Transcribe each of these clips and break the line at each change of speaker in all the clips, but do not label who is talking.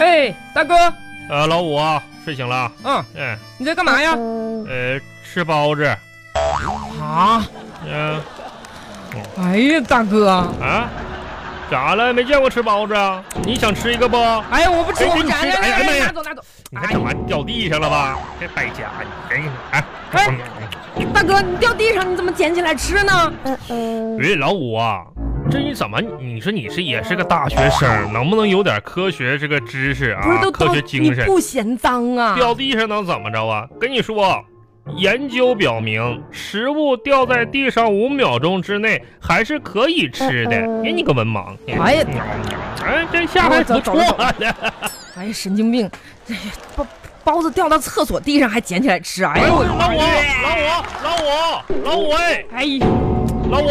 哎大哥，
呃，老五啊，睡醒了？
嗯，
哎，
你在干嘛呀？
呃，吃包子。
啊！
嗯、
哎呀，大哥，
啊，咋了？没见过吃包子啊？你想吃一个不？
哎呀，我不吃，
哎
我
给
不
你
吃，
吃哎呀
来来
哎呀
拿走拿走。
你看整完掉地上了吧？这败家，你哎哎
哎大哥，你掉地上，你怎么捡起来吃
啊
呢？
喂，老五啊，这你怎么？你说你是也是个大学生，能不能有点科学这个知识啊
不是都？
科
到
学
你
精神，
不嫌脏啊？
掉地上能怎么着啊？跟你说，研究表明，食物掉在地上五秒钟之内还是可以吃的。哎，你个文盲！
嗯哎呀，
哎，这下还不错了。
哎呀，神经病！哎呀，包包子掉到厕所地上还捡起来吃，哎
哎
呦
呦，
我
老五，老五，老五，老五，哎，
哎呀，
老五，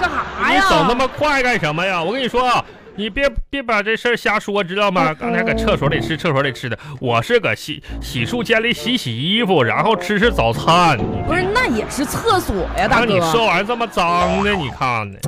干啥
你
哎呀？
走那么快干什么呀？我跟你说啊。你别别把这事儿瞎说，知道
嗯
吗？刚才搁厕所里吃，厕所里吃的。我是搁洗洗漱间里洗洗衣服，然后吃吃早餐。
不是，那也是厕所呀，大
让
哥。
你说完这么脏的，你看呢？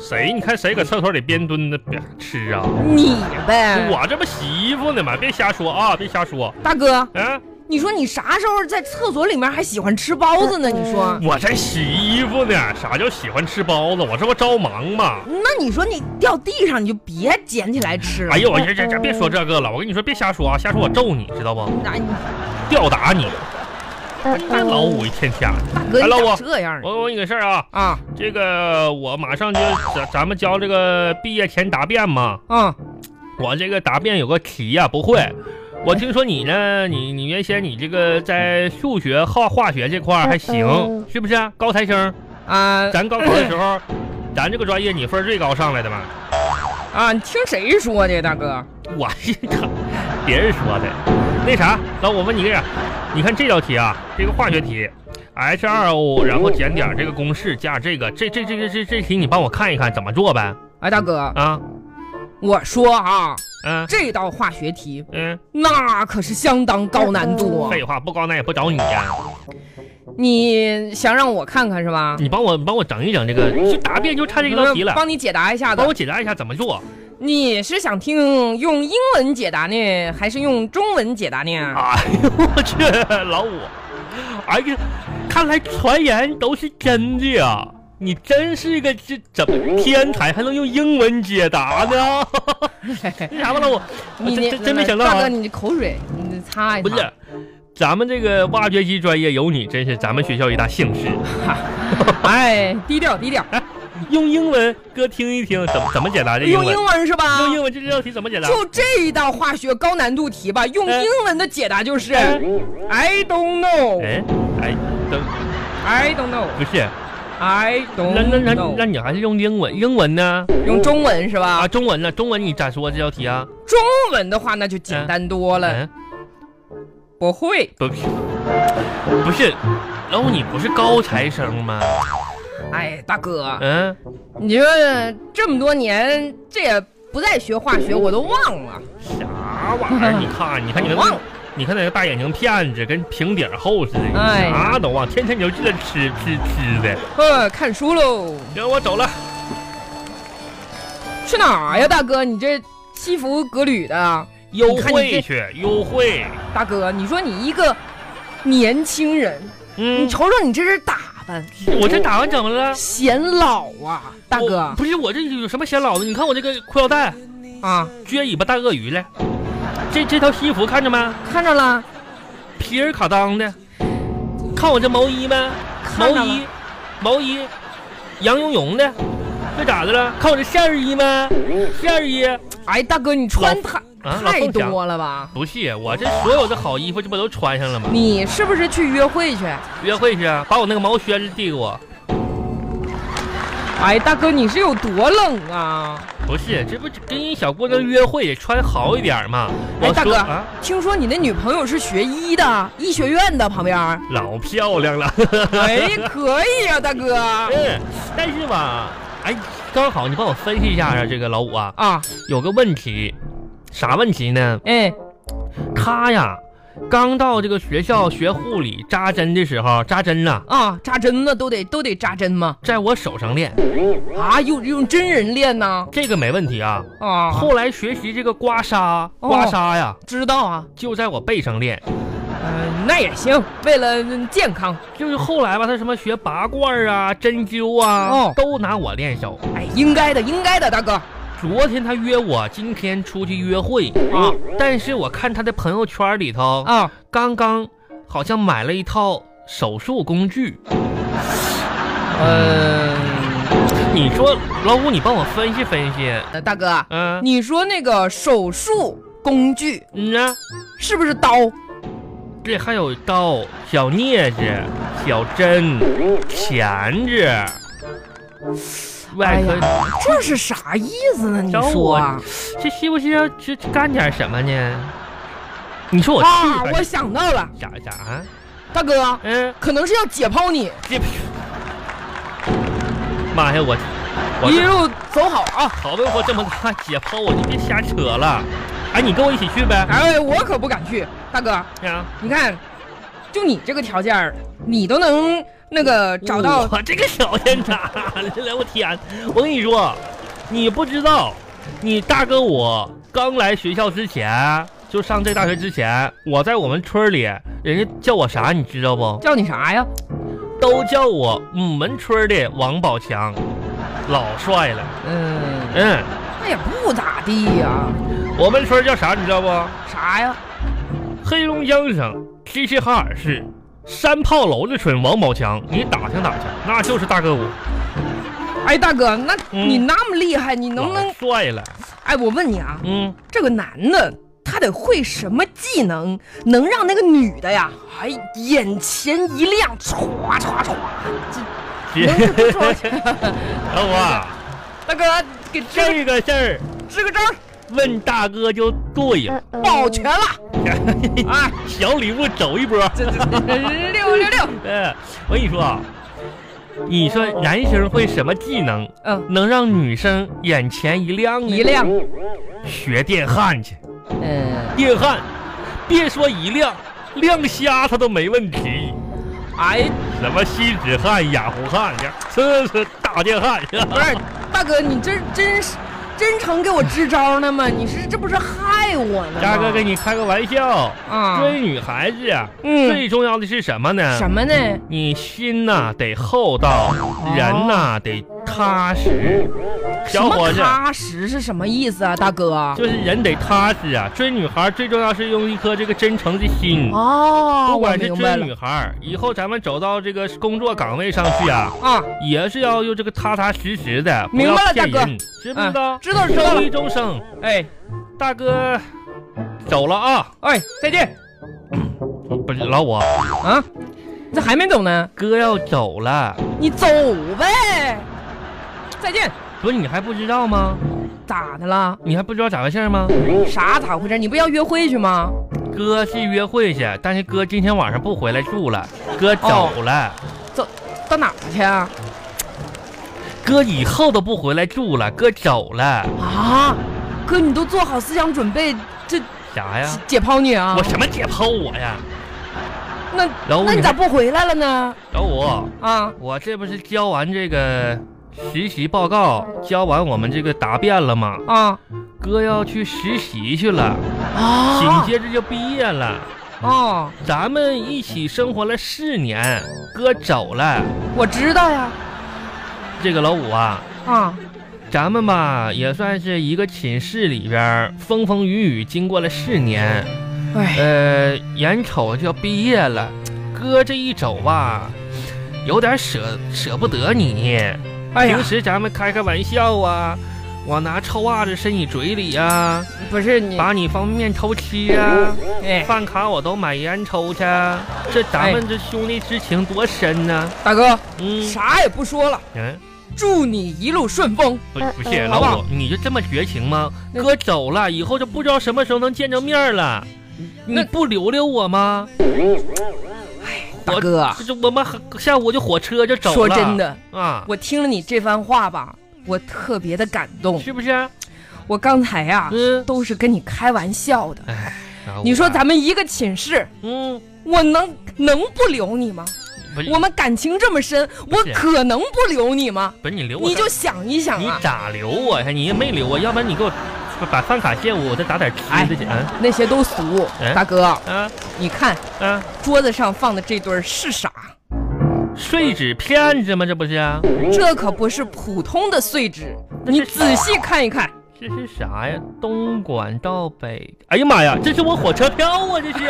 谁？你看谁搁厕所里边蹲着边吃啊？
你呗，
我这不洗衣服呢吗？别瞎说啊！别瞎说。
大哥，
嗯，
你说你啥时候在厕所里面还喜欢吃包子呢？你说，
我在洗衣服呢。啥叫喜欢吃包子？我这不着忙吗？
那你说你掉地上你就别捡起来吃了。
哎呦，我这这这别说这个了。我跟你说，别瞎说啊！瞎说我揍你，知道不？
那你
吊打你！哎老五一天天的。
大哥
哎老
你咋
五
这样呢？
我问你个事儿啊，
啊
这个我马上就咱咱们交这个毕业前答辩嘛。
啊，
我这个答辩有个题呀、不会。我听说你呢，你你原先你这个在数学、化化学这块儿还行，是不是、啊？高材生，
啊
咱高考的时候，咱这个专业你分儿最高上来的嘛。
啊！你听谁说的，大哥？
我是看别人说的。那啥，老我问你个呀，你看这道题啊，这个化学题，H 2 O，然后减点儿这个公式加这个，这这这这这这题你帮我看一看怎么做呗？
哎，大哥，
啊，
我说啊，
嗯
这道化学题
嗯，
那可是相当高难度啊！
废话，不高那也不找你呀、
你想让我看看是吧？
你帮我你帮我整一整这个，就答辩就差这一道题了，
帮你解答一下子
帮。我解答一下怎么做
你是想听用英文解答呢，还是用中文解答呢？
啊！我去，老五，哎呀，看来传言都是真的呀。你真是个这怎
嗯
么天才，还能用英文解答呢？ 那啥吧，老五，
你
真
那
真真没想到
大哥，
啊！
你这口水，你擦一擦。
不是，咱们这个挖掘机专业有你，真是咱们学校一大幸事。
哎，低调低调，
用英文哥听一听，怎么怎么解答这英
哎用
文？
英文是吧？
用英文这道题怎么解答？
就这一道化学高难度题吧，用
哎
英文的解答就是、
哎
I don't know,
哎哎，等哎
I don't know,
不是。
I
那那
don't
那那
know。
你还是用英文，英文呢？
用中文是吧
啊，？中文呢？中文你咋说这道题啊？
中文的话那就简单多了，
嗯，
不会。
不是，不是，然后你不是高材生吗？
哎，大哥，
嗯，
你说这么多年这也不再学化学，我都忘了。
啥玩意儿？你看，啊你看你那
我忘
个
了，
你看那个大眼睛片子跟平底儿厚似的，你
哎
啥都忘，天天你就记得吃吃吃的。
呃，看书喽。
行，我走了。
去哪儿呀，大哥？你这西服革履的，
优
你看你
惠
这
去，优惠。
大哥，你说你一个年轻人，你
嗯，
瞅瞅你这身打扮，
我这打完怎么了？
显老啊，大
我
哥
不是我这有什么显老的？你看我这个裤腰带
啊，
撅尾巴大鳄鱼了，这这条西服看着没？
看着了，
皮尔卡当的，看我这毛衣没？毛
看着
衣
了，，
毛衣，羊绒绒的，这咋的了？看我这线儿衣没？线儿衣
哎，大哥，你穿太、
啊老
太
凤祥
多了吧？
不是，我这所有的好衣服这不都穿上了吗？
你是不是去约会去？
约会去啊，把我那个毛靴子递给我。
哎，大哥，你是有多冷啊？
不是，这不跟一小姑娘约会也穿好一点嘛？
哎
我
大
说
哥
啊，
听说你那女朋友是学医的，医学院的旁边 儿。
老漂亮了。
哎，可以啊，大哥
嗯，但 是吧，哎，刚好你帮我分析一下啊，这个老五啊，
啊，
有个问题，啥问题呢？
哎，
他呀，刚到这个学校学护理扎针的时候，扎针呐，
啊，扎针呢都得都得扎针吗？
在我手上练，
啊，用用真人练呢？
这个没问题啊。
啊，
后来学习这个刮痧，
哦
刮痧呀，
知道啊，
就在我背上练。
嗯，那也行，为了嗯健康。
就是后来吧，他什么学拔罐啊、针灸啊，
哦
都拿我练手。
哎，应该的，应该的，大哥。
昨天他约我，今天出去约会啊，但是我看他的朋友圈里头，
啊，
刚刚好像买了一套手术工具。
呃，
你说老五，你帮我分析分析，
大哥，啊
嗯、
你说那个手术工具
嗯呢？
是不是刀？
这还有刀、小镊子、小针、钳子，外
哎
科、
这是啥意思呢？你
找
说
我
啊？
这是不是要这干点什么呢？你说我
啊，
去吧
我想到了，
咋咋？
大哥，
啊嗯，
可能是要解剖你，
这妈呀，我我
一路走好啊！
好不容易活这么大，解剖我就别瞎扯了。哎，你跟我一起去呗。
哎，我可不敢去，大哥，
啊，
你看，就你这个条件儿，你都能那个找到
我这个小天 哪来？我天，我跟你说，你不知道，你大哥我刚来学校之前，就上这大学之前，我在我们村里，人家叫我啥，你知道不？
叫你啥呀？
都叫我我们村的王宝强，老帅了。
嗯，
嗯，
那也不咋地呀，
我们村叫啥，你知道不？
啥呀？
黑龙江省齐齐哈尔市山炮楼子村王宝强，你打听打听，那就是大哥我，
哎，大哥，那
嗯
你那么厉害，你能不
老
能？
帅了。
哎，我问你啊，
嗯。
这个男的他得会什么技能，能让那个女的呀，哎，眼前一亮，歘歘歘，
别
能不说
老五啊，
大哥给支个
这个事儿
支个招儿，
问大哥就对 了。
保全了，哎，
小礼物走一波。
这这这六六六，
嗯，我跟你说啊，你说男生会什么技能
嗯，
能让女生眼前一亮呢？
一亮，
学电焊去，
嗯，
电焊，别说一亮，亮瞎他都没问题。
哎，
什么锡纸焊、氩弧焊的，这是大电 焊。
不是，大哥，你这真是真诚给我支招呢吗？你是这不是害我呢吗？
大哥跟你开个玩笑，
啊，
追女孩子啊，
嗯
最重要的是什么呢？
什么呢？
你心呐、得厚道，人呐、得踏实。小
哦
伙
什
子
么，踏实是什么意思啊，大哥？
就是人得踏实啊。追女孩最重要是用一颗这个真诚的心。
哦，
不
我
管是
明白
追
了
女孩，以后咱们走到这个工作岗位上去啊，
啊，
也是要用这个踏踏实实的，不
明
要
白了
骗
大哥嗯
人，知不知道？
啊知道了知道
周
了
一，周生，
哎
大哥，走了啊！
哎，再见
不是老五，
啊，这还没走呢，
哥要走了，
你走呗，再见，
不是你还不知道吗？
咋的了？
你还不知道咋回事吗？
啥咋回事？你不要约会去吗？
哥是约会去，但是哥今天晚上不回来住了，哥
哦
走了，
到哪儿去啊？
哥以后都不回来住了，哥走了，
啊，哥，你都做好思想准备，这
啥呀？
解剖你啊
我？什么解剖我呀？
那
老五
那你
你
咋
看，
不回来了呢？
老五，
啊，
我这不是交完这个实习报告，交完我们这个答辩了吗？
啊
哥要去实习去了，紧
啊
接着就毕业了。
哦，
咱们一起生活了四年，哥走了，
我知道呀，
这个老五啊，
啊，
咱们吧，也算是一个寝室里边儿风风雨雨经过了四年，
哎，
呃，眼瞅就要毕业了，哥这一走吧，有点舍舍不得你。
哎呀
平，时咱们开开玩笑啊，我拿臭袜子伸你嘴里啊，
不是你，
把你方便面偷吃啊，
哎，
饭卡我都买烟抽去啊，这咱们这兄弟之情多深呢、
大哥，
嗯
啥也不说了，
嗯，
祝你一路顺风。
不不是
嗯
老
好不
五，你就这么绝情吗？
那
哥走了，以后就不知道什么时候能见着面儿了。你
那
不留留我吗？
大哥，啊
这这我们还下午就火车就走了。
说真的，
啊，
我听了你这番话吧，我特别的感动。
是不是？啊
我刚才呀、啊
嗯，
都是跟你开玩笑的
哎，然后
你说
我
咱们一个寝室，
嗯，
我能能不留你吗？
不是
我们感情这么深，我
是
可能不留你吗？
不是你留我
你
干
就想一想
你
啊，
咋留我呀？你也没留我，要不然你给我把饭卡借我，我再打点
哎
吃的去。啊
那些都俗
哎。
大哥，
啊
你看
啊！
桌子上放的这对儿是啥？
睡纸骗子吗？这不是？啊
这可不是普通的碎纸，
那
你
是
仔细看一看。
这是啥呀？东莞到北，哎呀妈呀，这是我火车票啊！这是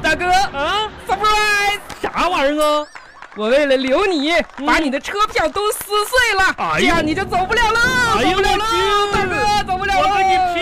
大哥
啊，
，surprise！
啥玩意儿啊？
我为了留你，
嗯
把你的车票都撕碎了，
哎
这
呦
样你就走不了了，
哎
走
呦
不了了，
我去
大哥，走不了
我
了。
跟你